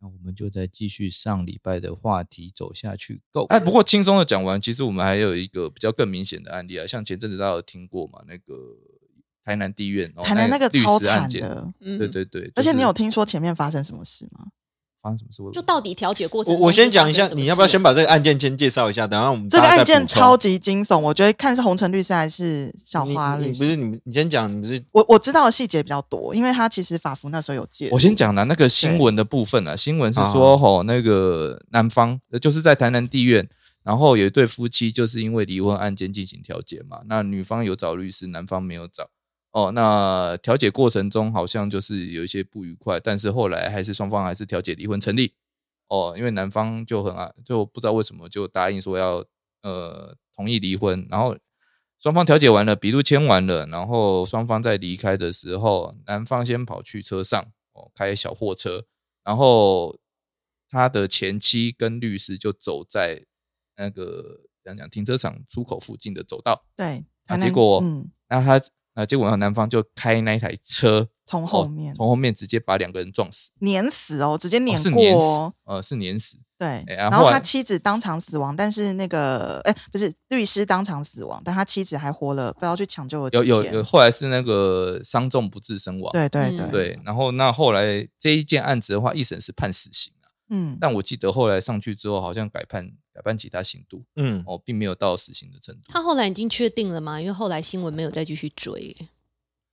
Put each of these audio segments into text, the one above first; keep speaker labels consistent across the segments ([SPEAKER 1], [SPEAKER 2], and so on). [SPEAKER 1] 那我们就再继续上礼拜的话题走下去。Go！哎，不过轻松的讲完，其实我们还有一个比较更明显的案例啊，像前阵子大家有听过嘛，那个台南地院，哦
[SPEAKER 2] 台南那个
[SPEAKER 1] 律
[SPEAKER 2] 超
[SPEAKER 1] 师案
[SPEAKER 2] 惨
[SPEAKER 1] 件，
[SPEAKER 2] 的，
[SPEAKER 3] 嗯
[SPEAKER 1] 对对对，
[SPEAKER 2] 而且你有
[SPEAKER 1] 就是嗯
[SPEAKER 2] 听说前面发生什么事吗？
[SPEAKER 1] 发生什么事？我
[SPEAKER 3] 就到底调解过程
[SPEAKER 4] 我
[SPEAKER 3] 中
[SPEAKER 4] 我先讲一
[SPEAKER 3] 发
[SPEAKER 4] 下，
[SPEAKER 3] 生什么
[SPEAKER 4] 你要不要
[SPEAKER 3] 事
[SPEAKER 4] 先把这个案件先介绍一下？等下我们
[SPEAKER 2] 这个
[SPEAKER 4] 大家再
[SPEAKER 2] 案件
[SPEAKER 4] 补充
[SPEAKER 2] 超级惊悚，我觉得看是红尘律师还是小
[SPEAKER 4] 你
[SPEAKER 2] 花
[SPEAKER 4] 你
[SPEAKER 2] 律
[SPEAKER 4] 不
[SPEAKER 2] 师，
[SPEAKER 4] 是你们，你先讲，你不是
[SPEAKER 2] 我我知道的细节比较多，因为他其实法服那时候有介入，
[SPEAKER 1] 我先讲了那个新闻的部分啊，新闻是说吼、那个男方呃就是在台南地院，然后有一对夫妻就是因为离婚案件进行调解嘛，那女方有找律师，男方没有找。哦，那调解过程中好像就是有一些不愉快，但是后来还是双方还是调解离婚成立。哦，因为男方就很啊，就不知道为什么就答应说要呃同意离婚，然后双方调解完了，笔录签完了，然后双方在离开的时候，男方先跑去车上哦开小货车，然后他的前妻跟律师就走在那个怎样讲停车场出口附近的走道，
[SPEAKER 2] 对，
[SPEAKER 1] 那
[SPEAKER 2] 台南
[SPEAKER 1] 啊结果
[SPEAKER 2] 嗯，
[SPEAKER 1] 那他那结果男方就开那一台车
[SPEAKER 2] 从
[SPEAKER 1] 哦
[SPEAKER 2] 后面
[SPEAKER 1] 从后面直接把两个人撞死，
[SPEAKER 2] 碾死哦，直接
[SPEAKER 1] 哦
[SPEAKER 2] 碾
[SPEAKER 1] 是
[SPEAKER 2] 过
[SPEAKER 1] 碾
[SPEAKER 2] 哦
[SPEAKER 1] 死，，呃是碾死，
[SPEAKER 2] 对，
[SPEAKER 1] 哎啊
[SPEAKER 2] 然
[SPEAKER 1] 后
[SPEAKER 2] 后
[SPEAKER 1] 来
[SPEAKER 2] 他妻子当场死亡，但是那个哎不是律师当场死亡，但他妻子还活了，不知道去抢救了
[SPEAKER 1] 有
[SPEAKER 2] 几
[SPEAKER 1] 有
[SPEAKER 2] 天
[SPEAKER 1] 有，后来是那个伤重不治身亡，
[SPEAKER 2] 对对
[SPEAKER 3] 嗯
[SPEAKER 2] 对，
[SPEAKER 1] 对，然后那后来这一件案子的话，一审是判死刑啊，
[SPEAKER 2] 嗯，
[SPEAKER 1] 但我记得后来上去之后，好像改判改判其他刑度，
[SPEAKER 4] 嗯，
[SPEAKER 1] 哦，并没有到死刑的程度。
[SPEAKER 3] 他后来已经确定了吗？因为后来新闻没有再继续追。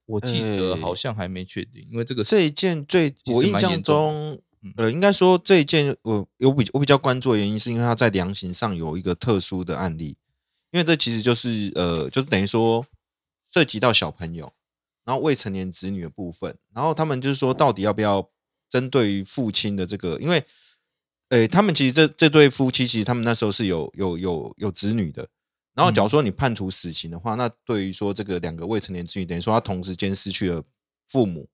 [SPEAKER 1] 我记得
[SPEAKER 4] 哎
[SPEAKER 1] 好像还没确定，因为这个
[SPEAKER 4] 这一件最
[SPEAKER 1] 其实
[SPEAKER 4] 我印
[SPEAKER 1] 蛮严重
[SPEAKER 4] 象中
[SPEAKER 1] 嗯，
[SPEAKER 4] 呃，应该说这一件我有比我比较关注的原因，是因为它在量刑上有一个特殊的案例，因为这其实就是呃，就是等于说涉及到小朋友，然后未成年子女的部分，然后他们就是说到底要不要针对于父亲的这个，因为，呃，他们其实这这对夫妻其实他们那时候是有有有有子女的。然后，假如说你判处死刑的话，那对于说这个两个未成年子女，等于说他同时间失去了父母，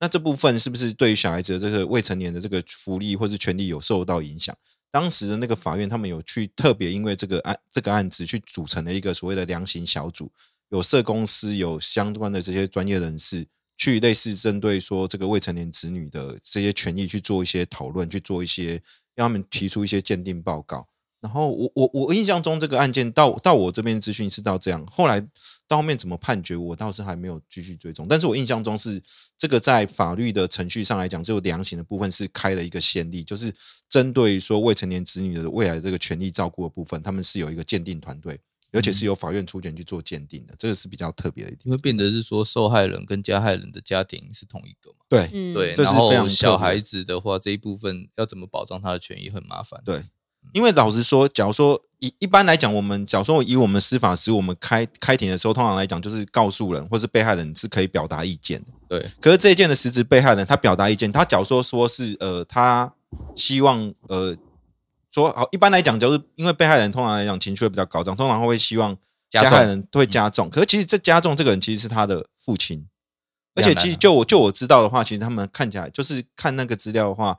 [SPEAKER 4] 那这部分是不是对于小孩子的这个未成年的这个福利或是权利有受到影响？当时的那个法院，他们有去特别因为这个案这个案子去组成了一个所谓的量刑小组，有社公司有相关的这些专业人士去类似针对说这个未成年子女的这些权益去做一些讨论，去做一些让他们提出一些鉴定报告。然后我我我印象中这个案件到到我这边资讯是到这样，后来到后面怎么判决，我倒是还没有继续追踪。但是我印象中是这个在法律的程序上来讲，只有量刑的部分是开了一个先例，就是针对说未成年子女的未来这个权利照顾的部分，他们是有一个鉴定团队，而且是由法院出卷去做鉴定的，这个是比较特别的一
[SPEAKER 1] 因
[SPEAKER 4] 点。
[SPEAKER 1] 为变得是说受害人跟加害人的家庭是同一个嘛，
[SPEAKER 4] 对
[SPEAKER 3] 嗯，
[SPEAKER 1] 对，
[SPEAKER 4] 这
[SPEAKER 1] 然
[SPEAKER 4] 是
[SPEAKER 1] 后
[SPEAKER 4] 非常特别
[SPEAKER 1] 小孩子的话，这一部分要怎么保障他的权益很麻烦。
[SPEAKER 4] 对，因为老实说，假如说一一般来讲，我们假如说以我们司法实务，我们开开庭的时候，通常来讲就是告诉人或是被害人是可以表达意见的。
[SPEAKER 1] 对，
[SPEAKER 4] 可是这一件的实质被害人，他表达意见，他假如说说是呃，他希望呃说好，一般来讲就是因为被害人通常来讲情绪会比较高涨，通常会希望
[SPEAKER 1] 加重嗯
[SPEAKER 4] 加害人会加重。可是其实这加重这个人其实是他的父亲，而
[SPEAKER 1] 两
[SPEAKER 4] 且
[SPEAKER 1] 难啊
[SPEAKER 4] 其实就我就我知道的话，其实他们看起来就是看那个资料的话，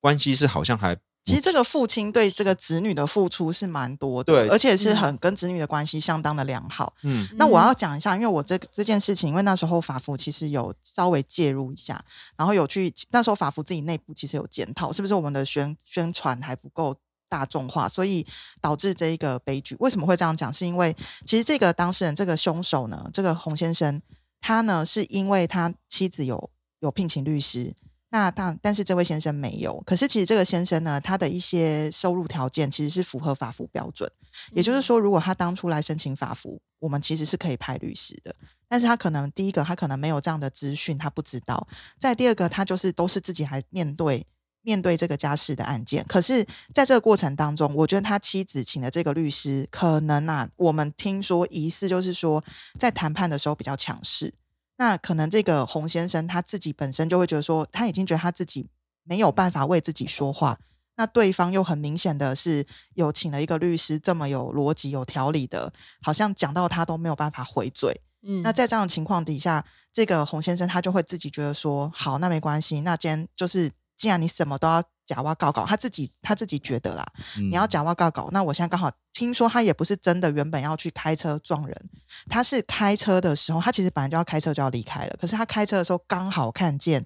[SPEAKER 4] 关系是好像还嗯
[SPEAKER 2] 其实这个父亲对这个子女的付出是蛮多的，
[SPEAKER 4] 对
[SPEAKER 2] 而且是很跟子女的关系相当的良好。
[SPEAKER 4] 嗯
[SPEAKER 2] 那我要讲一下，因为我这这件事情，因为那时候法服其实有稍微介入一下，然后有去那时候法服自己内部其实有检讨，是不是我们的宣宣传还不够。大众化，所以导致这一个悲剧。为什么会这样讲？是因为其实这个当事人，这个凶手呢，这个洪先生，他呢是因为他妻子有有聘请律师，那但但是这位先生没有。可是其实这个先生呢，他的一些收入条件其实是符合法服标准。也就是说，如果他当初来申请法服，我们其实是可以派律师的。但是他可能第一个，他可能没有这样的资讯，他不知道；再第二个，他就是都是自己还面对面对这个家事的案件。可是，在这个过程当中，我觉得他妻子请的这个律师，可能啊，我们听说疑似就是说，在谈判的时候比较强势。那可能这个洪先生他自己本身就会觉得说，他已经觉得他自己没有办法为自己说话，那对方又很明显的是有请了一个律师，这么有逻辑、有条理的，好像讲到他都没有办法回嘴，
[SPEAKER 3] 嗯
[SPEAKER 2] 那在这样的情况底下，这个洪先生他就会自己觉得说，好，那没关系，那今天就是既然你什么都要假挖告告，他自己他自己觉得啦，
[SPEAKER 1] 你
[SPEAKER 2] 你要假挖告告，那我现在刚好听说他也不是真的原本要去开车撞人，他是开车的时候，他其实本来就要开车就要离开了，可是他开车的时候刚好看见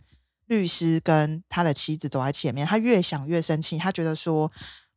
[SPEAKER 2] 律师跟他的妻子走在前面，他越想越生气，他觉得说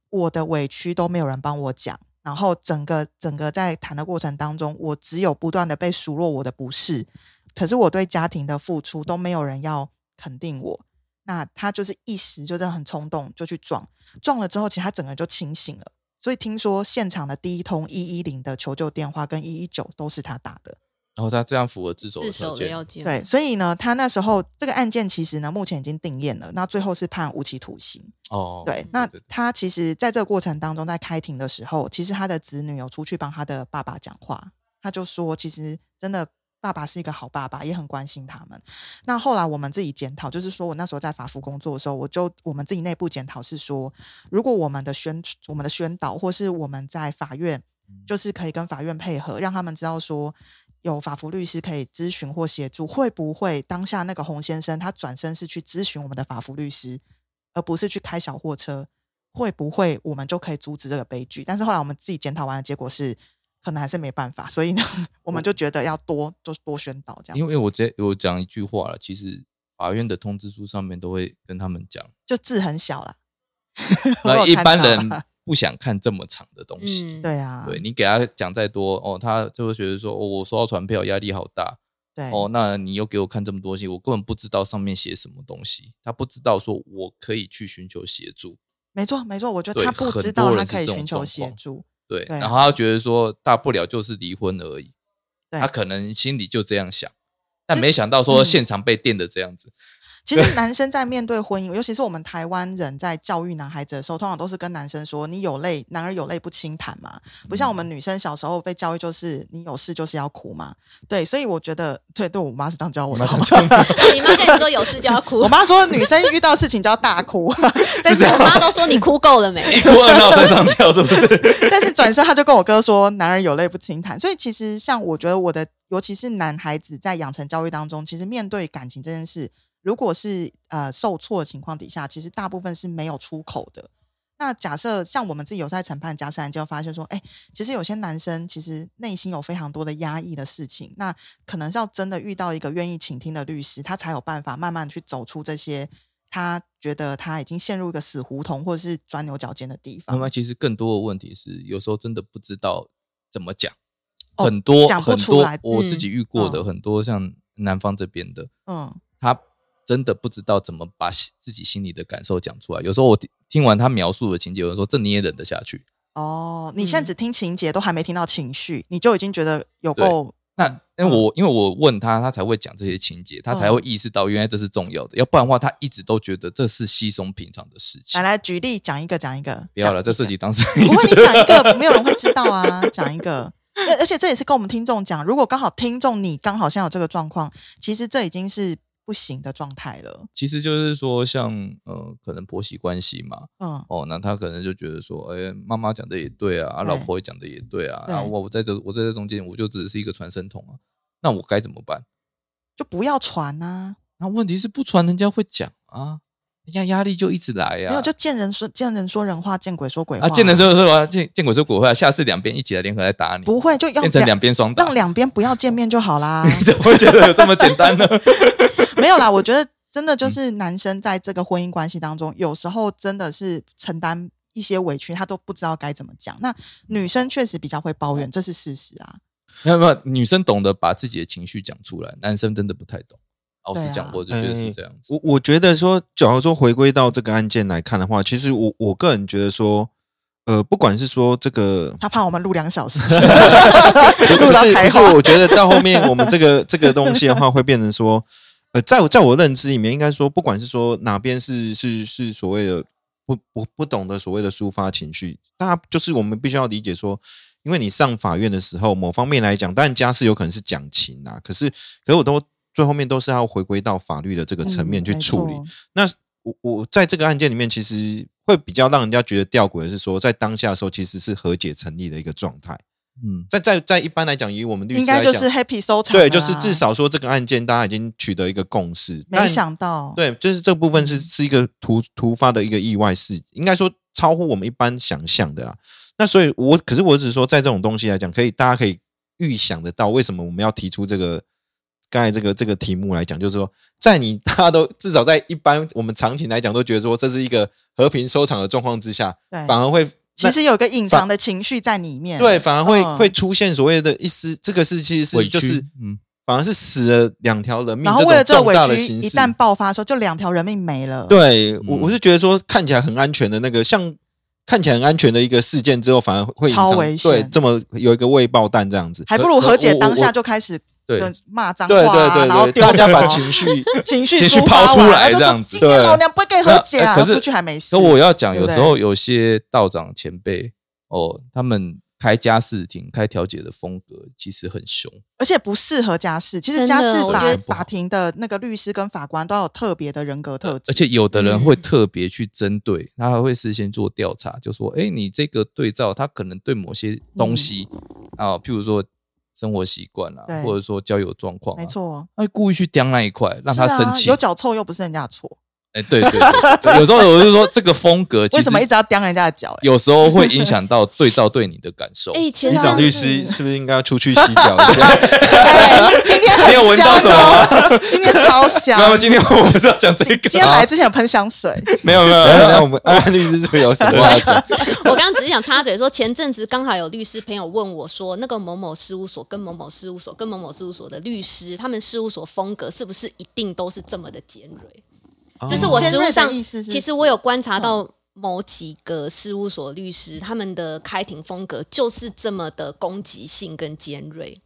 [SPEAKER 2] 我的委屈都没有人帮我讲，然后整个整个在谈的过程当中，我只有不断的被数落我的不是，可是我对家庭的付出都没有人要肯定我。那他就是一时就是很冲动就去撞，撞了之后，其实他整个人就清醒了。所以听说现场的第一通一一零的求救电话跟一一九都是他打的。
[SPEAKER 1] 然后他这样符合自首的
[SPEAKER 3] 自
[SPEAKER 1] 条
[SPEAKER 3] 首的
[SPEAKER 1] 件，
[SPEAKER 3] 要件，
[SPEAKER 2] 对，，所以呢，他那时候这个案件其实呢，目前已经定验了，那最后是判无期徒刑。
[SPEAKER 1] 哦，
[SPEAKER 2] 对，那
[SPEAKER 1] 对对
[SPEAKER 2] 他其实在这个过程当中，在开庭的时候，其实他的子女有出去帮他的爸爸讲话，他就说，其实真的爸爸是一个好爸爸，也很关心他们。那后来我们自己检讨，就是说我那时候在法服工作的时候，我就我们自己内部检讨是说，如果我们的宣我们的宣导，或是我们在法院，就是可以跟法院配合，让他们知道说。有法服律师可以咨询或协助，会不会当下那个洪先生他转身是去咨询我们的法服律师，而不是去开小货车，会不会我们就可以阻止这个悲剧？但是后来我们自己检讨完的结果是，可能还是没办法，所以呢，我们就觉得要多多多宣导这样，
[SPEAKER 1] 哦因为我直接我讲一句话了，其实法院的通知书上面都会跟他们 讲，
[SPEAKER 2] 就字很小啦。 我
[SPEAKER 1] 那
[SPEAKER 2] 有
[SPEAKER 1] 一
[SPEAKER 2] 看
[SPEAKER 1] 般
[SPEAKER 2] 到
[SPEAKER 1] 人
[SPEAKER 2] 啦
[SPEAKER 1] 不想看这么长的东西，
[SPEAKER 3] 嗯，
[SPEAKER 2] 对啊，
[SPEAKER 1] 对你给他讲再多哦，他就会觉得说，哦，我收到传票压力好大
[SPEAKER 2] 对
[SPEAKER 1] 哦，那你又给我看这么多东西，我根本不知道上面写什么东西，他不知道说我可以去寻求协助，
[SPEAKER 2] 没错没错，我觉得
[SPEAKER 1] 对
[SPEAKER 2] 他不
[SPEAKER 1] 很
[SPEAKER 2] 知
[SPEAKER 1] 多
[SPEAKER 2] 道
[SPEAKER 1] 人
[SPEAKER 2] 他
[SPEAKER 1] 是
[SPEAKER 2] 可以
[SPEAKER 1] 这种
[SPEAKER 2] 寻求
[SPEAKER 1] 状
[SPEAKER 2] 协
[SPEAKER 1] 况
[SPEAKER 2] 助，
[SPEAKER 1] 对，
[SPEAKER 2] 对啊
[SPEAKER 1] 然后他觉得说大不了就是离婚而已，
[SPEAKER 2] 对
[SPEAKER 1] 他可能心里就这样想，但
[SPEAKER 2] 这
[SPEAKER 1] 没想到说
[SPEAKER 2] 嗯
[SPEAKER 1] 现场被电的这样子，
[SPEAKER 2] 其实男生在面对婚姻，尤其是我们台湾人在教育男孩子的时候，通常都是跟男生说“你有泪，男儿有泪不轻弹”嘛，不像我们女生小时候被教育就是“你有事就是要哭” 嘛。对，所以我觉得，对对，我妈是这样教我的，好吗？
[SPEAKER 3] 你妈跟你说有事就要 哭，
[SPEAKER 2] 我妈说女生遇到事情就要大哭， 但是
[SPEAKER 3] 我妈都说你哭够了没？
[SPEAKER 1] 一 哭二闹 三上吊，是不是？
[SPEAKER 2] 但是转身他就跟我哥说：“男儿有泪不轻弹。”所以其实像我觉得我的，尤其是男孩子在养成教育当中，其实面对感情这件事，如果是呃受挫的情况底下，其实大部分是没有出口的。那假设像我们自己有在审判家事案，就发现说，哎、其实有些男生其实内心有非常多的压抑的事情，那可能是要真的遇到一个愿意倾听的律师，他才有办法慢慢去走出这些他觉得他已经陷入一个死胡同或者是钻牛角尖的地
[SPEAKER 1] 那
[SPEAKER 2] 方。
[SPEAKER 1] 么其实更多的问题是，有时候真的不知道怎么讲，
[SPEAKER 2] 哦
[SPEAKER 1] 很多
[SPEAKER 2] 讲不
[SPEAKER 1] 很
[SPEAKER 2] 出
[SPEAKER 1] 多
[SPEAKER 2] 来
[SPEAKER 1] 我
[SPEAKER 3] 嗯
[SPEAKER 1] 自己遇过的很多像南方这边的，
[SPEAKER 2] 嗯，
[SPEAKER 1] 他真的不知道怎么把心自己心里的感受讲出来。有时候我听听完他描述的情节，有人说这你也忍得下去，
[SPEAKER 2] 哦，你现在
[SPEAKER 3] 嗯
[SPEAKER 2] 只听情节，都还没听到情绪，你就已经觉得有够
[SPEAKER 1] 那
[SPEAKER 2] 嗯
[SPEAKER 1] 因为我因为我问他，他才会讲这些情节，他才会意识到原来这是重要的，要不然的话他一直都觉得这是稀松平常的事情
[SPEAKER 2] 来。来举例讲一个讲一个，
[SPEAKER 1] 不要
[SPEAKER 2] 讲
[SPEAKER 1] 了，
[SPEAKER 2] 一
[SPEAKER 1] 这
[SPEAKER 2] 个
[SPEAKER 1] 涉及当 事人
[SPEAKER 2] 不过你讲一 个，没有人会知道啊，讲一个。而而且这也是跟我们听众讲，如果刚好听众你刚好现在有这个状况，其实这已经是不行的状态了。
[SPEAKER 1] 其实就是说像呃，可能婆媳关系嘛，
[SPEAKER 2] 嗯，
[SPEAKER 1] 哦，那他可能就觉得说，哎、妈妈讲的也对啊，啊，
[SPEAKER 2] 对
[SPEAKER 1] 老婆也讲的也对啊，
[SPEAKER 2] 对
[SPEAKER 1] 啊，我我在这我在这中间，我就只是一个传声筒啊，那我该怎么办？
[SPEAKER 2] 就不要传啊，
[SPEAKER 1] 那问题是不传，人家会讲啊，人家压力就一直来呀、啊。
[SPEAKER 2] 没有就见人说见人说人话，见鬼说鬼话。
[SPEAKER 1] 啊，见的时候说啊，见见鬼说鬼话，下次两边一起来联合来打你，
[SPEAKER 2] 不会就要
[SPEAKER 1] 变成两边双打
[SPEAKER 2] 让，两边不要见面就好啦。
[SPEAKER 1] 你怎么会觉得有这么简单呢？
[SPEAKER 2] 没有啦，我觉得真的
[SPEAKER 4] 嗯
[SPEAKER 2] 就是男生在这个婚姻关系当中，有时候真的是承担一些委屈，他都不知道该怎么讲。那女生确实比较会抱怨，这是事实啊。
[SPEAKER 1] 没有没有，女生懂得把自己的情绪讲出来，男生真的不太懂。老
[SPEAKER 2] 对
[SPEAKER 1] 实
[SPEAKER 2] 啊
[SPEAKER 1] 讲，我就觉得是这样子。
[SPEAKER 4] 我我觉得说，假如说回归到这个案件来看的话，其实我我个人觉得说，呃，不管是说这个，
[SPEAKER 2] 他怕我们录两 小时，嗯
[SPEAKER 4] 不
[SPEAKER 2] 录到
[SPEAKER 4] 是
[SPEAKER 2] 开
[SPEAKER 4] 不是，
[SPEAKER 2] 花。
[SPEAKER 4] 我觉得到后面我们这个 这个东西的话，会变成说，呃，在我在我认知里面，应该说，不管是说哪边是是是所谓的不不不懂得所谓的抒发情绪，大家就是我们必须要理解说。因为你上法院的时候，某方面来讲，当然家事有可能是讲情啊，可是，可是我都最后面都是要回归到法律的这个层面去
[SPEAKER 2] 嗯
[SPEAKER 4] 处理。
[SPEAKER 2] 没错
[SPEAKER 4] 那我我在这个案件里面，其实会比较让人家觉得吊诡的是说，在当下的时候其实是和解成立的一个状态。
[SPEAKER 1] 嗯
[SPEAKER 4] 在在在一般来讲，以我们律师
[SPEAKER 2] 应该就
[SPEAKER 4] 来
[SPEAKER 2] 是
[SPEAKER 4] 讲
[SPEAKER 2] happy 啊收场了啦。
[SPEAKER 4] 对，就是至少说这个案件大家已经取得一个共识。
[SPEAKER 2] 没
[SPEAKER 4] 但
[SPEAKER 2] 想到，
[SPEAKER 4] 对，就是这部分是
[SPEAKER 2] 嗯
[SPEAKER 4] 是一个突突发的一个意外事，应该说超乎我们一般想象的啦。那所以我，可是我只是说，在这种东西来讲，可以大家可以预想得到，为什么我们要提出这个刚才这个这个题目来讲，就是说，在你大家都至少在一般我们常情来讲，都觉得说这是一个和平收场的状况之下，
[SPEAKER 2] 对
[SPEAKER 4] 反而会
[SPEAKER 2] 其实有一个隐藏的情绪在里面。
[SPEAKER 4] 对，反而会、
[SPEAKER 2] 嗯
[SPEAKER 4] 会出现所谓的一丝，这个是其实
[SPEAKER 1] 委
[SPEAKER 4] 是就是
[SPEAKER 1] 屈嗯
[SPEAKER 4] 反而是死了两条人命，
[SPEAKER 2] 然后为了这个
[SPEAKER 4] 这种重
[SPEAKER 2] 委
[SPEAKER 4] 大的
[SPEAKER 2] 屈
[SPEAKER 4] 形
[SPEAKER 2] 一
[SPEAKER 4] 式
[SPEAKER 2] 旦爆发的时候，就两条人命没了。，
[SPEAKER 4] 对我，我
[SPEAKER 1] 嗯
[SPEAKER 4] 是觉得说看起来很安全的那个，像看起来很安全的一个事件之后，反而会隐
[SPEAKER 2] 超
[SPEAKER 4] 藏
[SPEAKER 2] 危
[SPEAKER 4] 对
[SPEAKER 2] 险
[SPEAKER 4] 这么有一个未爆弹这样子，
[SPEAKER 2] 还不如和解
[SPEAKER 1] 可可我
[SPEAKER 2] 当
[SPEAKER 1] 我
[SPEAKER 2] 下就开始
[SPEAKER 1] 对
[SPEAKER 2] 就骂脏话
[SPEAKER 4] 对对
[SPEAKER 2] 啊，然后
[SPEAKER 4] 对对，
[SPEAKER 2] 丢
[SPEAKER 4] 大家
[SPEAKER 2] 什
[SPEAKER 4] 把
[SPEAKER 2] 么
[SPEAKER 4] 情绪
[SPEAKER 2] 情绪
[SPEAKER 1] 情绪
[SPEAKER 2] 抒发
[SPEAKER 1] 抛出
[SPEAKER 2] 完
[SPEAKER 1] 来
[SPEAKER 2] 然后
[SPEAKER 1] 这
[SPEAKER 2] 就
[SPEAKER 1] 样子
[SPEAKER 2] 今天
[SPEAKER 4] 对
[SPEAKER 2] 老娘不会跟你和解
[SPEAKER 1] 那呃
[SPEAKER 2] 啊，然
[SPEAKER 1] 可
[SPEAKER 2] 后
[SPEAKER 1] 是
[SPEAKER 2] 出去还没事。
[SPEAKER 1] 可我要讲，
[SPEAKER 2] 对不
[SPEAKER 1] 有
[SPEAKER 2] 对
[SPEAKER 1] 时候有些道长前辈哦，他们开家事庭、开调解的风格其实很凶。
[SPEAKER 2] 而且不适合家事。其实
[SPEAKER 3] 真
[SPEAKER 2] 家
[SPEAKER 3] 的
[SPEAKER 2] 事
[SPEAKER 3] 我
[SPEAKER 2] 法
[SPEAKER 3] 觉得
[SPEAKER 2] 法庭的那个律师跟法官都要有特别的人格特质，
[SPEAKER 1] 而且有的人会特别去针对，他还会事先做调查，就说：“哎，你这个对照，他可能对某些东西啊、譬如说生活习惯啊
[SPEAKER 2] 嗯对，
[SPEAKER 1] 或者说交友状况、啊，
[SPEAKER 2] 没，错，
[SPEAKER 1] 他会故意去刁那一块，让他
[SPEAKER 2] 是啊
[SPEAKER 1] 生气。
[SPEAKER 2] 有脚臭又不是人家的错，
[SPEAKER 1] 哎，对对对对，有时候我就说这个风格，其
[SPEAKER 2] 为
[SPEAKER 1] 实
[SPEAKER 2] 什么一直要刁人家的脚欸嘞？
[SPEAKER 1] 有时候会影响到对照对你的感受。
[SPEAKER 3] 哎，前
[SPEAKER 2] 啊
[SPEAKER 4] 你找
[SPEAKER 3] 两
[SPEAKER 4] 律
[SPEAKER 3] 次
[SPEAKER 4] 师是不是应该要出去洗脚一 下？
[SPEAKER 1] 啊
[SPEAKER 2] 哎今天很
[SPEAKER 1] 你有闻到什
[SPEAKER 2] 香
[SPEAKER 1] 么
[SPEAKER 2] 哦，今天 超
[SPEAKER 1] 那么
[SPEAKER 2] 香。
[SPEAKER 1] 今天我们啊不是要讲这
[SPEAKER 2] 今
[SPEAKER 1] 个，
[SPEAKER 2] 天来之前有喷香水，
[SPEAKER 1] 没有没有，
[SPEAKER 4] 来来来，我们安安律师这边有什么话 要讲？
[SPEAKER 3] 我刚刚只是想插嘴说，前阵子刚好有律师朋友问我说，那个某某事务所跟某某事务所跟某某事务所的律师，他们事务所风格是不是一定都是这么的尖锐？就是我
[SPEAKER 2] 尖
[SPEAKER 3] 实
[SPEAKER 2] 锐
[SPEAKER 3] 务
[SPEAKER 2] 的
[SPEAKER 3] 上
[SPEAKER 2] 意思，是哦
[SPEAKER 3] 其实我有观察到某几个事务所律师，他们的开庭风格就是这么的攻击性跟尖锐，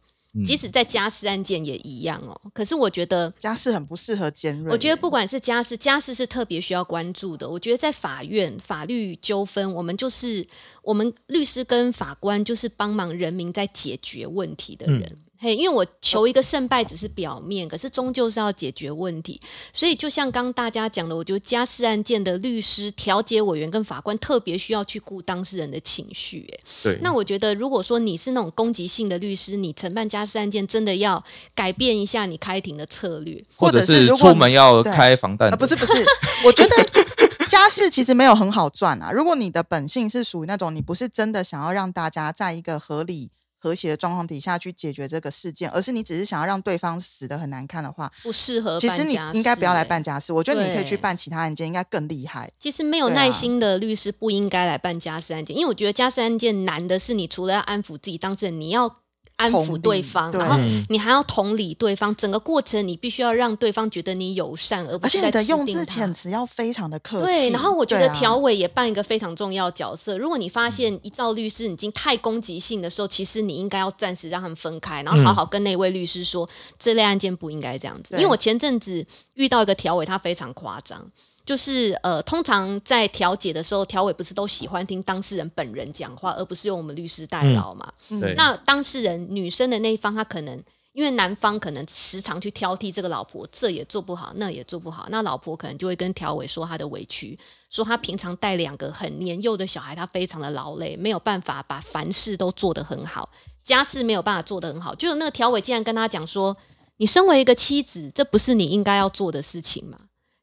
[SPEAKER 3] 即使在家事案件也一样哦。可是我觉得。
[SPEAKER 2] 家事很不适合尖锐耶。
[SPEAKER 3] 我觉得不管是家事，家事是特别需要关注的。我觉得在法院法律纠纷，我们就是我们律师跟法官就是帮忙人民在解决问题的人。嘿，因为我求一个胜败只是表面，可是终究是要解决问题。所以就像刚大家讲的，我觉得家事案件的律师、调解委员跟法官特别需要去顾当事人的情绪。哎，
[SPEAKER 1] 对，
[SPEAKER 3] 那我觉得，如果说你是那种攻击性的律师，你承办家事案件真的要改变一下你开庭的策略。
[SPEAKER 1] 或者
[SPEAKER 2] 或者是
[SPEAKER 1] 是
[SPEAKER 2] 如果
[SPEAKER 1] 出门要
[SPEAKER 2] 对
[SPEAKER 1] 开防弹
[SPEAKER 2] 啊，
[SPEAKER 1] 的，
[SPEAKER 2] 不是不 是，我觉得家事其实没有很好赚啊。如果你的本性是属于那种你不是真的想要让大家在一个合理和谐的状况底下去解决这个事件，而是你只是想要让对方死的很难看的话，
[SPEAKER 3] 不适呃合办
[SPEAKER 2] 其
[SPEAKER 3] 家事。
[SPEAKER 2] 实你应该不要来办
[SPEAKER 3] 欸。
[SPEAKER 2] 家事。我觉得你可以去
[SPEAKER 3] 对
[SPEAKER 2] 办其他案件，应该更厉害。
[SPEAKER 3] 其实没有
[SPEAKER 2] 对啊
[SPEAKER 3] 耐心的律师不应该来办家事案件，因为我觉得家事案件难的是，你除了要安抚自己当事人，你要安
[SPEAKER 2] 同
[SPEAKER 3] 抚
[SPEAKER 2] 理
[SPEAKER 3] 对方，
[SPEAKER 2] 对
[SPEAKER 3] 然后你还要同理对方。整个过程你必须要让对方觉得你友善，而不
[SPEAKER 2] 而
[SPEAKER 3] 是
[SPEAKER 2] 且你
[SPEAKER 3] 在
[SPEAKER 2] 的
[SPEAKER 3] 吃
[SPEAKER 2] 用
[SPEAKER 3] 定
[SPEAKER 2] 字
[SPEAKER 3] 他
[SPEAKER 2] 遣词要非常的客气。
[SPEAKER 3] 对，然后我觉得
[SPEAKER 2] 对啊
[SPEAKER 3] 条委也扮一个非常重要的角色。如果你发现一造律师已经太攻击性的时候，其实你应该要暂时让他们分开，
[SPEAKER 2] 嗯
[SPEAKER 3] 然后好好跟那位律师说，这类案件不应该这样子。
[SPEAKER 2] 对
[SPEAKER 3] 因为我前阵子遇到一个条委，他非常夸张。就是呃，通常在调解的时候，调委不是都喜欢听当事人本人讲话，而不是用我们律师代劳嘛？
[SPEAKER 1] 对
[SPEAKER 3] 那当事人女生的那一方，她可能因为男方可能时常去挑剔这个老婆，这也做不好，那也做不好，那老婆可能就会跟条委说她的委屈，说她平常带两个很年幼的小孩，她非常的劳累，没有办法把凡事都做得很好，家事没有办法做得很好。就是那个条委竟然跟她讲说，你身为一个妻子，这不是你应该要做的事情吗？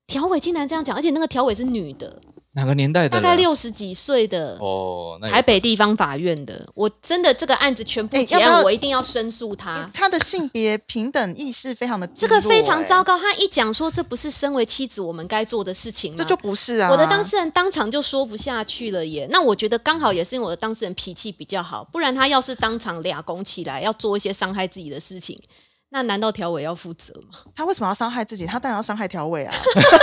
[SPEAKER 3] 条委竟然这样讲，而且那个条委是女的，
[SPEAKER 1] 哪个年代的
[SPEAKER 3] 大
[SPEAKER 1] 人？
[SPEAKER 3] 概六十几岁的
[SPEAKER 1] 哦，那有
[SPEAKER 3] 台北地方法院的，我真的这个案子全部
[SPEAKER 2] 哎
[SPEAKER 3] 结
[SPEAKER 2] 要不要
[SPEAKER 3] 案，我一定要申诉他。
[SPEAKER 2] 他的性别平等意识非常的
[SPEAKER 3] 这个非常糟
[SPEAKER 2] 糕，
[SPEAKER 3] 糕，他啊一讲说这不是身为妻子我们该做的事情吗，
[SPEAKER 2] 这就不是啊。
[SPEAKER 3] 我的当事人当场就说不下去了耶。那我觉得刚好也是因为我的当事人脾气比较好，不然他要是当场俩拱起来，要做一些伤害自己的事情，那难道条委要负责吗？
[SPEAKER 2] 他为什么要伤害自己？他当然要伤害条委啊，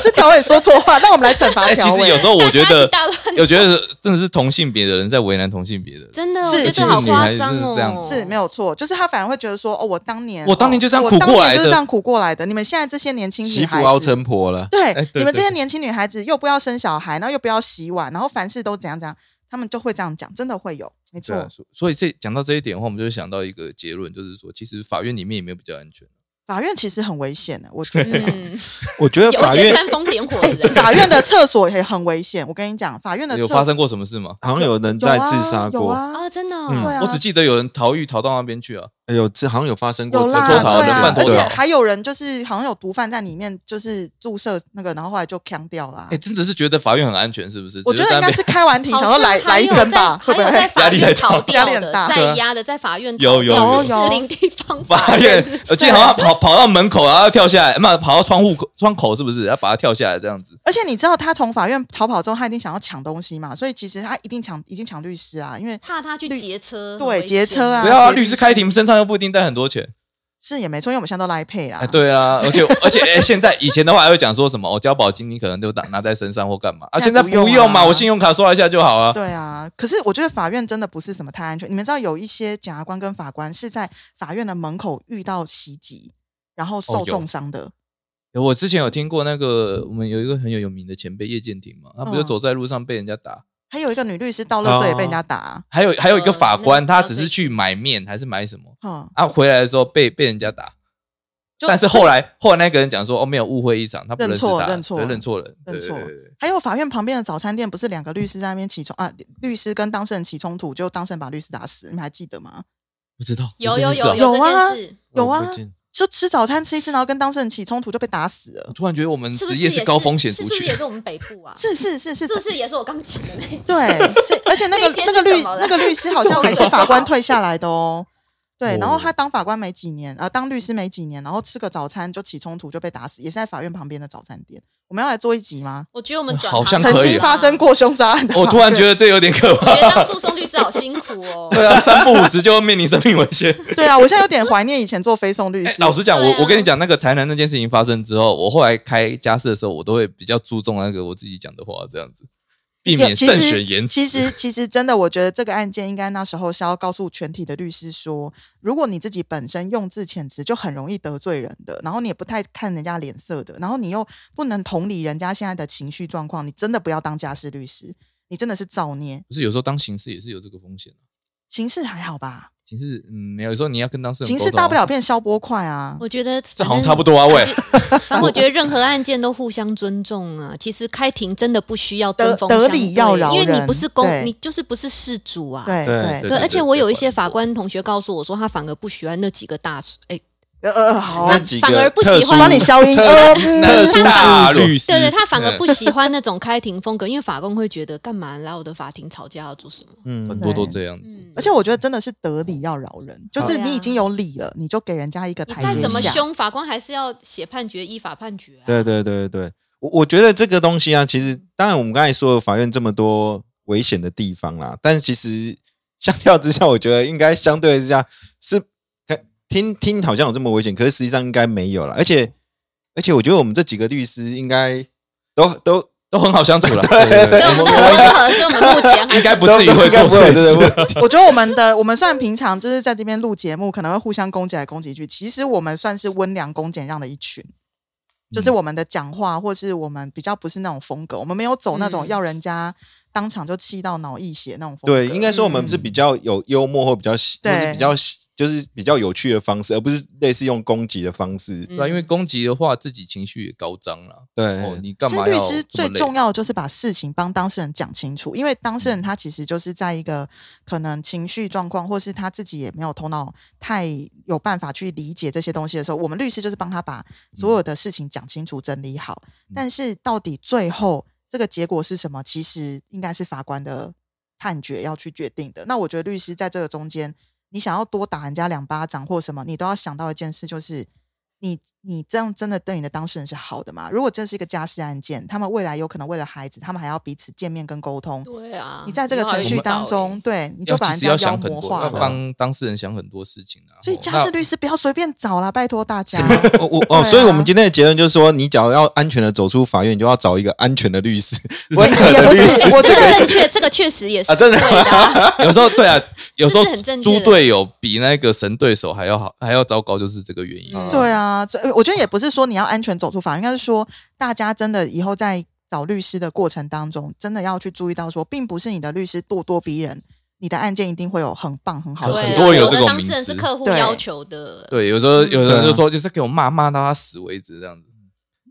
[SPEAKER 2] 是条委说错话，那我们来惩罚
[SPEAKER 1] 哎，其
[SPEAKER 2] 条
[SPEAKER 1] 实
[SPEAKER 2] 委。
[SPEAKER 1] 有时候我觉得
[SPEAKER 3] 大家一起大，
[SPEAKER 2] 欸
[SPEAKER 3] 乱
[SPEAKER 1] 我觉得真的是同性别的人在为难同性别的人。
[SPEAKER 3] 真的，
[SPEAKER 2] 是
[SPEAKER 3] 我觉得
[SPEAKER 2] 其
[SPEAKER 3] 这
[SPEAKER 2] 实
[SPEAKER 3] 好
[SPEAKER 1] 女
[SPEAKER 3] 夸
[SPEAKER 1] 孩子
[SPEAKER 3] 张
[SPEAKER 1] 是
[SPEAKER 3] 哦，
[SPEAKER 1] 这样子
[SPEAKER 2] 是没有错，就是他反而会觉得说，哦，我当年
[SPEAKER 1] 我当年就这样
[SPEAKER 2] 哦
[SPEAKER 1] 苦过来的
[SPEAKER 2] 我当年就是这样苦过来的。你们现在这些年轻
[SPEAKER 4] 媳
[SPEAKER 2] 女
[SPEAKER 4] 妇
[SPEAKER 2] 孩
[SPEAKER 4] 熬
[SPEAKER 2] 子，
[SPEAKER 4] 成婆了，
[SPEAKER 2] 对，
[SPEAKER 1] 对哎对
[SPEAKER 2] 你们这些年轻女孩子又不要生小孩，然后又不要洗碗，然后凡事都怎样怎样，他们就会这样讲，真的会有，没
[SPEAKER 1] 对啊
[SPEAKER 2] 错，
[SPEAKER 1] 所所以这讲到这一点的话，我们就会想到一个结论，就是说，其实法院里面也没有比较安全。
[SPEAKER 2] 法院其实很危险的，我觉得。
[SPEAKER 3] 嗯，
[SPEAKER 4] 我觉得
[SPEAKER 3] 有
[SPEAKER 4] 法
[SPEAKER 3] 些
[SPEAKER 4] 院
[SPEAKER 3] 煽风点火的人，
[SPEAKER 2] 法院的厕所也很危险，我跟你讲，法院的
[SPEAKER 1] 有
[SPEAKER 2] 厕
[SPEAKER 1] 发生过什么事吗？
[SPEAKER 4] 好像有人
[SPEAKER 2] 有啊
[SPEAKER 4] 在自杀
[SPEAKER 2] 有
[SPEAKER 4] 过，
[SPEAKER 2] 啊，
[SPEAKER 3] 啊，真的哦，
[SPEAKER 4] 嗯
[SPEAKER 2] 对啊，
[SPEAKER 1] 我只记得有人逃狱逃到那边去啊，
[SPEAKER 4] 哎呦，这好像有发生过
[SPEAKER 2] 有
[SPEAKER 4] 自
[SPEAKER 2] 啦，
[SPEAKER 4] 杀
[SPEAKER 1] 偷逃
[SPEAKER 2] 对
[SPEAKER 1] 人
[SPEAKER 2] 啊
[SPEAKER 1] 贩，
[SPEAKER 2] 而
[SPEAKER 1] 偷
[SPEAKER 2] 且
[SPEAKER 1] 逃
[SPEAKER 2] 还有人就是好像有毒贩在里面，就是注射那个，然后后来就呛掉啦
[SPEAKER 1] 哎、。真的是觉得法院很安全，是不是？
[SPEAKER 2] 我觉得应该
[SPEAKER 1] 只
[SPEAKER 2] 是开完庭，
[SPEAKER 3] 好
[SPEAKER 2] 想
[SPEAKER 3] 像
[SPEAKER 2] 要来来一针吧，
[SPEAKER 3] 还
[SPEAKER 2] 会
[SPEAKER 3] 有
[SPEAKER 2] 不
[SPEAKER 3] 在还 有
[SPEAKER 2] 会？
[SPEAKER 3] 在法
[SPEAKER 1] 压力太
[SPEAKER 3] 院
[SPEAKER 1] 大
[SPEAKER 3] 逃掉
[SPEAKER 2] 压力
[SPEAKER 3] 的
[SPEAKER 2] 很，大
[SPEAKER 3] 在押的，在法院逃
[SPEAKER 1] 有有
[SPEAKER 3] 掉的
[SPEAKER 1] 有
[SPEAKER 3] 是
[SPEAKER 2] 有
[SPEAKER 3] 士林地方
[SPEAKER 1] 在
[SPEAKER 3] 法
[SPEAKER 1] 法院，我记得好像
[SPEAKER 2] 啊
[SPEAKER 1] 跑跑到门口，然后跳下来，嘛跑到窗户口窗口是不是？然后把他跳下来这样子。
[SPEAKER 2] 而且你知道他从法院逃跑之后，他一定想要抢东西嘛，所以其实他一定抢，一定抢律师啊，因为
[SPEAKER 3] 怕他去劫车，
[SPEAKER 2] 对
[SPEAKER 3] 很危
[SPEAKER 2] 劫车啊
[SPEAKER 1] 不要啊，
[SPEAKER 2] 解
[SPEAKER 1] 律师
[SPEAKER 2] 释
[SPEAKER 1] 开庭身上又不一定带很多钱。
[SPEAKER 2] 是也没错，因为我们现在都来配啦。
[SPEAKER 1] 哎，，对啊，而且而且，哎，现在以前的话还会讲说什么，哦我交保金你可能都拿拿在身上或干嘛啊，
[SPEAKER 2] 现
[SPEAKER 1] 现
[SPEAKER 2] 在
[SPEAKER 1] 在
[SPEAKER 2] 不用啊
[SPEAKER 1] 不用嘛，我信用卡刷一下就好啊。
[SPEAKER 2] 对啊，可是我觉得法院真的不是什么太安全。你们知道有一些检察官跟法官是在法院的门口遇到袭击，然后受
[SPEAKER 1] 哦有
[SPEAKER 2] 重伤的。
[SPEAKER 1] 我之前有听过那个，我们有一个很有有名的前辈叶剑庭嘛，他不就
[SPEAKER 2] 嗯
[SPEAKER 1] 走在路上被人家打？
[SPEAKER 2] 还有一个女律师到垃圾也被人家打、啊，
[SPEAKER 1] 还有还有一个法官，
[SPEAKER 3] 嗯那
[SPEAKER 1] 他
[SPEAKER 3] 个
[SPEAKER 1] 只是去买面还是买什么
[SPEAKER 2] 嗯，
[SPEAKER 1] 啊？回来的时候被被人家打，
[SPEAKER 2] 就
[SPEAKER 1] 但是后来后来那个人讲说，哦，没有误会一场，他不
[SPEAKER 2] 认
[SPEAKER 1] 认识
[SPEAKER 2] 错
[SPEAKER 1] 他，
[SPEAKER 2] 认错
[SPEAKER 1] 对认错人，
[SPEAKER 2] 认
[SPEAKER 1] 对
[SPEAKER 2] 错
[SPEAKER 1] 对对对
[SPEAKER 2] 还有法院旁边的早餐店，不是两个律师在那边起冲啊，律师跟当事人起冲突，就当事人把律师打死，你们还记得吗？
[SPEAKER 1] 不知道
[SPEAKER 3] 有
[SPEAKER 1] 这
[SPEAKER 3] 有
[SPEAKER 1] 件事啊
[SPEAKER 3] 有有
[SPEAKER 2] 有啊
[SPEAKER 3] 这件事，
[SPEAKER 1] 哦
[SPEAKER 2] 有啊
[SPEAKER 4] 我不见
[SPEAKER 2] 就吃早餐吃一吃，然后跟当事人起冲突就被打死了
[SPEAKER 1] 我。突然觉得我们
[SPEAKER 3] 是不
[SPEAKER 1] 职
[SPEAKER 3] 是
[SPEAKER 1] 业
[SPEAKER 3] 也
[SPEAKER 1] 是高风险
[SPEAKER 3] 是
[SPEAKER 1] 族
[SPEAKER 3] 不是
[SPEAKER 1] 群
[SPEAKER 3] 也，是我们北部啊？
[SPEAKER 2] 是是是是
[SPEAKER 3] 是不是也是我刚讲的那一种？
[SPEAKER 2] 对，是而且那 个
[SPEAKER 3] 那一间
[SPEAKER 2] 那个
[SPEAKER 3] 是
[SPEAKER 2] 律
[SPEAKER 3] 怎么了
[SPEAKER 2] 那个律师 好像还是法官退下来的哦。对，
[SPEAKER 1] 哦
[SPEAKER 2] 然后他当法官没几年，呃，当律师没几年，然后吃个早餐就起冲突就被打死，也是在法院旁边的早餐店。我们要来做一集吗？
[SPEAKER 3] 我觉得我们转
[SPEAKER 1] 好像
[SPEAKER 3] 行
[SPEAKER 2] 曾
[SPEAKER 1] 可以
[SPEAKER 2] 经发生。过凶杀案的法
[SPEAKER 1] 我
[SPEAKER 2] 院，
[SPEAKER 1] 哦突然觉得这有点可
[SPEAKER 3] 我
[SPEAKER 1] 怕。
[SPEAKER 3] 觉得当诉讼律师好辛苦哦。
[SPEAKER 1] 对啊，三不五时就要面临生命危险。
[SPEAKER 2] 对啊，我现在有点怀念以前做非讼律
[SPEAKER 1] 哎
[SPEAKER 2] 师。
[SPEAKER 1] 老实讲，
[SPEAKER 3] 对啊
[SPEAKER 1] 我我跟你讲，那个台南那件事情发生之后，我后来开家事的时候，我都会比较注重那个我自己讲的话，这样子避免
[SPEAKER 2] 有其
[SPEAKER 1] 慎
[SPEAKER 2] 实
[SPEAKER 1] 选言辞。
[SPEAKER 2] 其实其实真的，我觉得这个案件应该那时候是要告诉全体的律师说，如果你自己本身用字遣词就很容易得罪人的，然后你也不太看人家脸色的，然后你又不能同理人家现在的情绪状况，你真的不要当家事律师，你真的是造孽。
[SPEAKER 1] 不是有时候当刑事也是有这个风险的，啊
[SPEAKER 2] 刑事还好吧？
[SPEAKER 1] 刑事嗯没有，有时候你要跟当事人
[SPEAKER 2] 刑
[SPEAKER 1] 沟
[SPEAKER 2] 事
[SPEAKER 1] 通啊
[SPEAKER 2] 大不了变消波块啊。
[SPEAKER 3] 我觉得
[SPEAKER 1] 这好像差不多啊，喂，
[SPEAKER 3] 多。反正我觉得任何案件都互相尊重啊。其实开庭真的不需要针锋
[SPEAKER 2] 得
[SPEAKER 3] 相对
[SPEAKER 2] 得理要饶人
[SPEAKER 3] 因为你不是公
[SPEAKER 2] 对，
[SPEAKER 3] 你就是不是事主啊。
[SPEAKER 2] 对
[SPEAKER 4] 对
[SPEAKER 2] 对
[SPEAKER 1] 对
[SPEAKER 3] 对，而且我有一些法
[SPEAKER 1] 对
[SPEAKER 3] 官同学告诉我说，他反而不喜欢那几个大叔，哎，
[SPEAKER 2] 呃呃，好啊
[SPEAKER 4] 那，几个
[SPEAKER 3] 反而不喜
[SPEAKER 4] 特殊
[SPEAKER 3] 欢
[SPEAKER 2] 帮你消音。
[SPEAKER 4] 特
[SPEAKER 2] 呃，嗯
[SPEAKER 4] 特殊
[SPEAKER 1] 大
[SPEAKER 4] 事务所
[SPEAKER 1] 律师，
[SPEAKER 3] 对对，他反而不
[SPEAKER 1] 嗯
[SPEAKER 3] 喜欢那种开庭风格，因为法官会觉得干嘛来我的法庭吵架要做什么？
[SPEAKER 1] 很
[SPEAKER 4] 嗯，
[SPEAKER 1] 多都这样子。
[SPEAKER 3] 嗯
[SPEAKER 2] 而且我觉得真的是得理要饶人，就是
[SPEAKER 3] 好
[SPEAKER 2] 你已经有理了，你就给人家一个
[SPEAKER 3] 啊你
[SPEAKER 2] 台
[SPEAKER 3] 再
[SPEAKER 2] 阶
[SPEAKER 3] 怎么
[SPEAKER 2] 下。
[SPEAKER 3] 凶，法官还是要写判决，依法判决、啊。
[SPEAKER 4] 对对对对，我我觉得这个东西啊，其实当然我们刚才说了法院这么多危险的地方啦，但其实相较之下，我觉得应该相对之下是可听听好像有这么危险，可是实际上应该没有啦。而且而且我觉得我们这几个律师应该都都
[SPEAKER 1] 都很好相 处了，对对
[SPEAKER 3] 对，我们都很温和，所以我们目前还
[SPEAKER 1] 应该不
[SPEAKER 4] 都
[SPEAKER 1] 至于会
[SPEAKER 4] 应该
[SPEAKER 1] 做
[SPEAKER 4] 不会
[SPEAKER 1] 这
[SPEAKER 4] 有这
[SPEAKER 1] 种
[SPEAKER 4] 个
[SPEAKER 1] 事。
[SPEAKER 4] 问题。
[SPEAKER 2] 我觉得我们的我们虽然平常就是在这边录节目，可能会互相攻击来攻击去，其实我们算是温良恭俭让的一群。
[SPEAKER 1] 嗯
[SPEAKER 2] 就是我们的讲话，或是我们比较不是那种风格，我们没有走那种
[SPEAKER 3] 嗯
[SPEAKER 2] 要人家当场就气到脑溢血那种风格。嗯
[SPEAKER 4] 对，应该说我们是比较有幽默或比较喜，或
[SPEAKER 2] 对
[SPEAKER 4] 是比较喜就是比较有趣的方式，而不是类似用攻击的方式。
[SPEAKER 2] 嗯
[SPEAKER 1] 对啊，因为攻击的话，自己情绪也高涨了。
[SPEAKER 4] 对，
[SPEAKER 1] 哦，你干
[SPEAKER 2] 其实
[SPEAKER 1] 嘛
[SPEAKER 2] 律
[SPEAKER 1] 要
[SPEAKER 2] 师
[SPEAKER 1] 这么
[SPEAKER 2] 最
[SPEAKER 1] 累啊
[SPEAKER 2] 重要的就是把事情帮当事人讲清楚，因为当事人他其实就是在一个可能情绪状况，或是他自己也没有头脑太有办法去理解这些东西的时候，我们律师就是帮他把所有的事情讲清楚、整理好。
[SPEAKER 1] 嗯
[SPEAKER 2] 但是到底最后这个结果是什么，其实应该是法官的判决要去决定的。那我觉得律师在这个中间，你想要多打人家两巴掌或什么，你都要想到一件事，就是你你这样真的对你的当事人是好的吗？如果这是一个家事案件，他们未来有可能为了孩子，他们还要彼此见面跟沟通。
[SPEAKER 3] 对啊，
[SPEAKER 2] 你在这个程序当中，，对，你就
[SPEAKER 1] 要
[SPEAKER 2] 把
[SPEAKER 1] 其
[SPEAKER 2] 人
[SPEAKER 1] 实
[SPEAKER 2] 家
[SPEAKER 1] 要
[SPEAKER 2] 妖
[SPEAKER 1] 想很
[SPEAKER 2] 魔
[SPEAKER 1] 多，
[SPEAKER 2] 化
[SPEAKER 1] 要
[SPEAKER 2] 了。
[SPEAKER 1] 帮当事人想很多事情啊。
[SPEAKER 2] 所以
[SPEAKER 1] 哦
[SPEAKER 2] 家
[SPEAKER 1] 那
[SPEAKER 2] 事律师不要随便找啦，拜托大家。
[SPEAKER 4] 我我哦，
[SPEAKER 2] 对啊
[SPEAKER 4] 所以我们今天的结论就是说，你只要要安全的走出法院，你就要找一个安全的律师。
[SPEAKER 2] 我也不是，我
[SPEAKER 3] 这
[SPEAKER 2] 觉
[SPEAKER 3] 个
[SPEAKER 2] 得
[SPEAKER 3] 正确，这个确实也是
[SPEAKER 4] 啊真的
[SPEAKER 3] 对 的啊。
[SPEAKER 1] 有时候对啊，有时候
[SPEAKER 3] 这是很正确的
[SPEAKER 1] 猪队友比那个神对手还要好，还要糟糕，就是这个原因。
[SPEAKER 3] 嗯
[SPEAKER 2] 对啊，所以我觉得也不是说你要安全走出法院，应该是说大家真的以后在找律师的过程当中，真的要去注意到说，并不是你的律师咄咄逼人，你的案件一定会有很棒很好的
[SPEAKER 1] 对
[SPEAKER 2] 结
[SPEAKER 1] 很
[SPEAKER 2] 果。
[SPEAKER 1] 多人有
[SPEAKER 3] 啊的
[SPEAKER 1] 这种
[SPEAKER 3] 当
[SPEAKER 1] 迷
[SPEAKER 3] 事人
[SPEAKER 1] 思
[SPEAKER 3] 是客户
[SPEAKER 2] 对
[SPEAKER 3] 要求的，
[SPEAKER 1] 对，有时
[SPEAKER 3] 嗯
[SPEAKER 1] 候有人
[SPEAKER 4] 对
[SPEAKER 1] 就
[SPEAKER 4] 啊
[SPEAKER 1] 说，就是给我骂骂到他死为止这样子。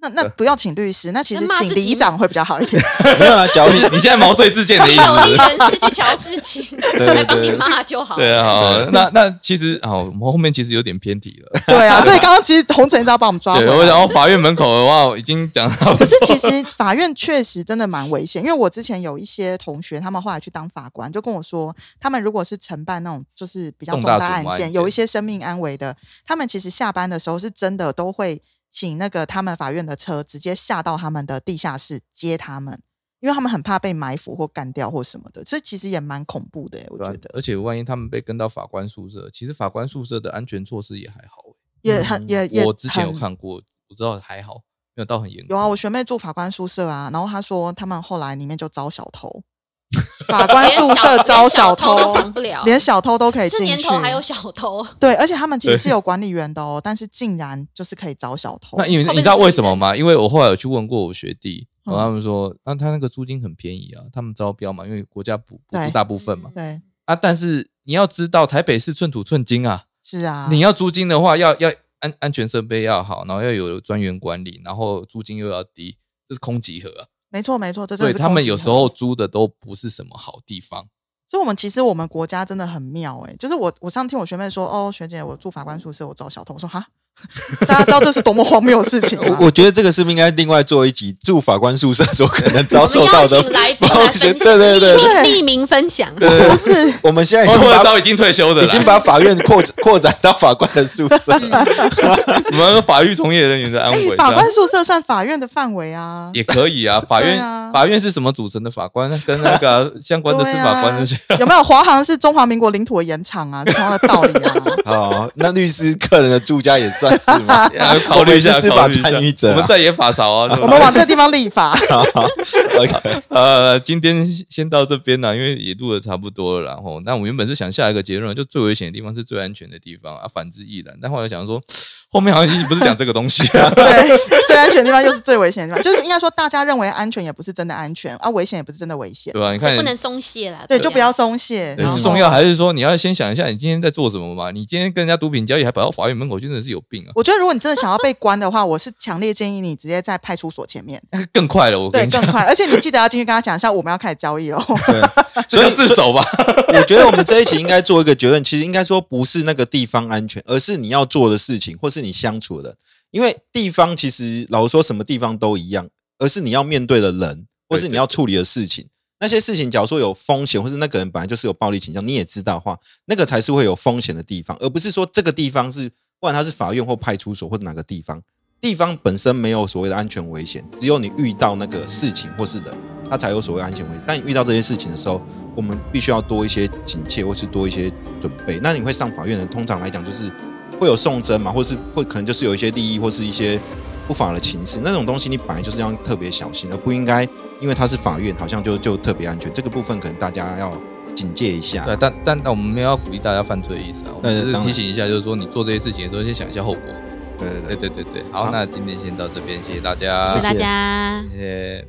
[SPEAKER 2] 那那不要请律师，那其实
[SPEAKER 3] 那骂
[SPEAKER 2] 请
[SPEAKER 3] 自己
[SPEAKER 2] 里长会比较好 一点。
[SPEAKER 4] 没有啦，假 如
[SPEAKER 1] 你
[SPEAKER 4] 是
[SPEAKER 1] 你现在毛遂自荐的意
[SPEAKER 3] 心 有
[SPEAKER 1] 思
[SPEAKER 3] 一？人事去瞧事情，
[SPEAKER 4] 对
[SPEAKER 3] 来帮你
[SPEAKER 4] 对
[SPEAKER 3] 骂就好。
[SPEAKER 1] 对啊，好那那其实好，我们后面其实有点偏题 了。
[SPEAKER 2] 对啊，所以刚刚其实洪承一直要把我们抓回
[SPEAKER 1] 对，
[SPEAKER 2] 来
[SPEAKER 1] 我。然后法院门口的话，我已经讲到了
[SPEAKER 2] 可是其实法院确实真的蛮危险，因为我之前有一些同学，他们后来去当法官，就跟我说，他们如果是承办那种就是比较重
[SPEAKER 1] 重
[SPEAKER 2] 大
[SPEAKER 1] 大
[SPEAKER 2] 案
[SPEAKER 1] 瞩目案
[SPEAKER 2] 件，
[SPEAKER 1] 件
[SPEAKER 2] 有一些生命安危的，他们其实下班的时候是真的都会请那个他们法院的车直接下到他们的地下室接他们，因为他们很怕被埋伏或干掉或什么的，所以其实也蛮恐怖的、欸我
[SPEAKER 1] 对啊
[SPEAKER 2] 觉得
[SPEAKER 1] 而且万一他们被跟到法官宿舍，其实法官宿舍的安全措施也还好、欸
[SPEAKER 2] 也很也也
[SPEAKER 1] 嗯我之前有
[SPEAKER 2] 很
[SPEAKER 1] 看过，我知道还好，没有到很严格。
[SPEAKER 2] 有啊，我学妹住法官宿舍啊，然后她说他们后来里面就招小 偷，法官宿舍招小
[SPEAKER 3] 连小
[SPEAKER 2] 偷
[SPEAKER 3] 都，防不了，
[SPEAKER 2] 连小偷都可以
[SPEAKER 3] 这
[SPEAKER 2] 进
[SPEAKER 3] 年
[SPEAKER 2] 去
[SPEAKER 3] 头。还有小偷，
[SPEAKER 2] 对，而且他们其实
[SPEAKER 1] 对
[SPEAKER 2] 是有管理员的哦，但是竟然就是可以找小偷
[SPEAKER 1] 那。因为
[SPEAKER 3] 后面
[SPEAKER 1] 你知道
[SPEAKER 3] 是
[SPEAKER 1] 为
[SPEAKER 3] 自己
[SPEAKER 1] 什么
[SPEAKER 3] 人
[SPEAKER 1] 吗？因为我后来有去问过我学弟，然后
[SPEAKER 2] 嗯
[SPEAKER 1] 他们说，那、他那个租金很便宜啊，他们招标嘛，因为国家补补
[SPEAKER 2] 对
[SPEAKER 1] 助大部分嘛。
[SPEAKER 2] 对，
[SPEAKER 1] 啊，但是你要知道，台北市寸土寸金啊，
[SPEAKER 2] 是啊，
[SPEAKER 1] 你要租金的话，要要安安全设备要好，然后要有专员管理，然后租金又要低，这是空集合啊。
[SPEAKER 2] 没错没错，这真
[SPEAKER 1] 所
[SPEAKER 2] 的
[SPEAKER 1] 以
[SPEAKER 2] 是
[SPEAKER 1] 他
[SPEAKER 2] 空
[SPEAKER 1] 们
[SPEAKER 2] 气
[SPEAKER 1] 有
[SPEAKER 2] 很
[SPEAKER 1] 时候租的都不是什么好地方。
[SPEAKER 2] 所以我们其实我们国家真的很妙哎、就是我我上次听我学妹说，哦，学姐我住法官宿舍，我找小偷，我说哈， 大家知道这是多么荒谬的事情吗？
[SPEAKER 4] 我我觉得这个是不是应该另外做一集住法官宿舍所可能遭
[SPEAKER 3] 我们
[SPEAKER 4] 受到
[SPEAKER 3] 邀
[SPEAKER 4] 的
[SPEAKER 3] 请来宾来分享，
[SPEAKER 4] 对对对
[SPEAKER 2] 对
[SPEAKER 3] 匿名匿名分享。
[SPEAKER 2] 是不是？
[SPEAKER 4] 我们现在已
[SPEAKER 1] 我
[SPEAKER 4] 经
[SPEAKER 1] 们
[SPEAKER 4] 把
[SPEAKER 1] 早已经退休的 啦，
[SPEAKER 4] 已经把法院扩扩展到法官的宿 舍，
[SPEAKER 1] 我们法律从业人员的安
[SPEAKER 2] 哎、
[SPEAKER 1] 危。
[SPEAKER 2] 法
[SPEAKER 1] 这样
[SPEAKER 2] 官宿舍算法院的范围啊，
[SPEAKER 1] 也可以啊，法院、
[SPEAKER 2] 啊
[SPEAKER 1] 法院是什么组成的？法官跟那个啊相关的司法官那些。
[SPEAKER 2] 对啊、有没有华航是中华民国领土的延 长啊？是同样的道理啊。
[SPEAKER 4] 好，那律师客人的住家也算是 吗？
[SPEAKER 1] 啊考虑一下，
[SPEAKER 4] 我们是司
[SPEAKER 1] 考
[SPEAKER 4] 法
[SPEAKER 1] 虑一下
[SPEAKER 4] 参与者啊
[SPEAKER 1] 我们在野法曹啊。对
[SPEAKER 2] 我
[SPEAKER 1] 吧
[SPEAKER 2] 们往这个地方 立法，。
[SPEAKER 4] OK，
[SPEAKER 1] 呃，今天先到这边啦，因为也录的差不多了啦。然后，那我原本是想下一个结论，就最危险的地方是最安全的地方啊，反之亦然。但后来想说，后面好像不是讲这个东西 啊
[SPEAKER 2] 对，最安全的地方又是最危险的地方，就是应该说大家认为安全也不是真的安全，啊，危险也不是真的危险
[SPEAKER 1] 对，吧？你
[SPEAKER 3] 所
[SPEAKER 1] 看
[SPEAKER 3] 以，不能哦松懈啦，
[SPEAKER 2] 对，
[SPEAKER 3] 啊
[SPEAKER 2] 就不要松懈，
[SPEAKER 1] 对
[SPEAKER 2] 然后
[SPEAKER 1] 最重要还是说，你要先想一下你今天在做什么嘛。你今天跟人家毒品交易，还跑到法院门口去，真的是有病啊！
[SPEAKER 2] 我觉得，如果你真的想要被关的话，我是强烈建议你直接在派出所前面，
[SPEAKER 1] 更快了，我跟
[SPEAKER 2] 对，
[SPEAKER 1] 你
[SPEAKER 2] 更
[SPEAKER 1] 讲，
[SPEAKER 2] 快。而且你记得要进去跟他讲一下，我们要开始交易哦。
[SPEAKER 1] 所以自首吧。
[SPEAKER 4] 我觉得我们这一期应该做一个结论，其实应该说不是那个地方安全，而是你要做的事情，或是你相处的人。因为地方其实老实说什么地方都一样，而是你要面对的人，或是你要处理的事情。那些事情，假如说有风险，或是那个人本来就是有暴力倾向，你也知道的话，那个才是会有风险的地方，而不是说这个地方是，不管它是法院或派出所或者哪个地方，地方本身没有所谓的安全危险，只有你遇到那个事情或是人，它才有所谓安全危险。但你遇到这些事情的时候，我们必须要多一些警戒，或是多一些准备。那你会上法院的，通常来讲就是会有送针嘛，或是会可能就是有一些利益或是一些不法的情势，那种东西你本来就是要特别小心，而不应该因为它是法院，好像就就特别安全。这个部分可能大家要警戒一下。
[SPEAKER 1] 对，但但但我们没有要鼓励大家犯罪的意思啊，我
[SPEAKER 4] 对
[SPEAKER 1] 们只是
[SPEAKER 4] 当然
[SPEAKER 1] 提醒一下，就是说你做这些事情的时候，先想一下后果。
[SPEAKER 4] 对对对
[SPEAKER 1] 对对对对，好，
[SPEAKER 4] 好
[SPEAKER 1] 啊那今天先到这边，谢谢大家，
[SPEAKER 3] 谢谢大
[SPEAKER 4] 谢谢
[SPEAKER 3] 家。
[SPEAKER 1] 谢谢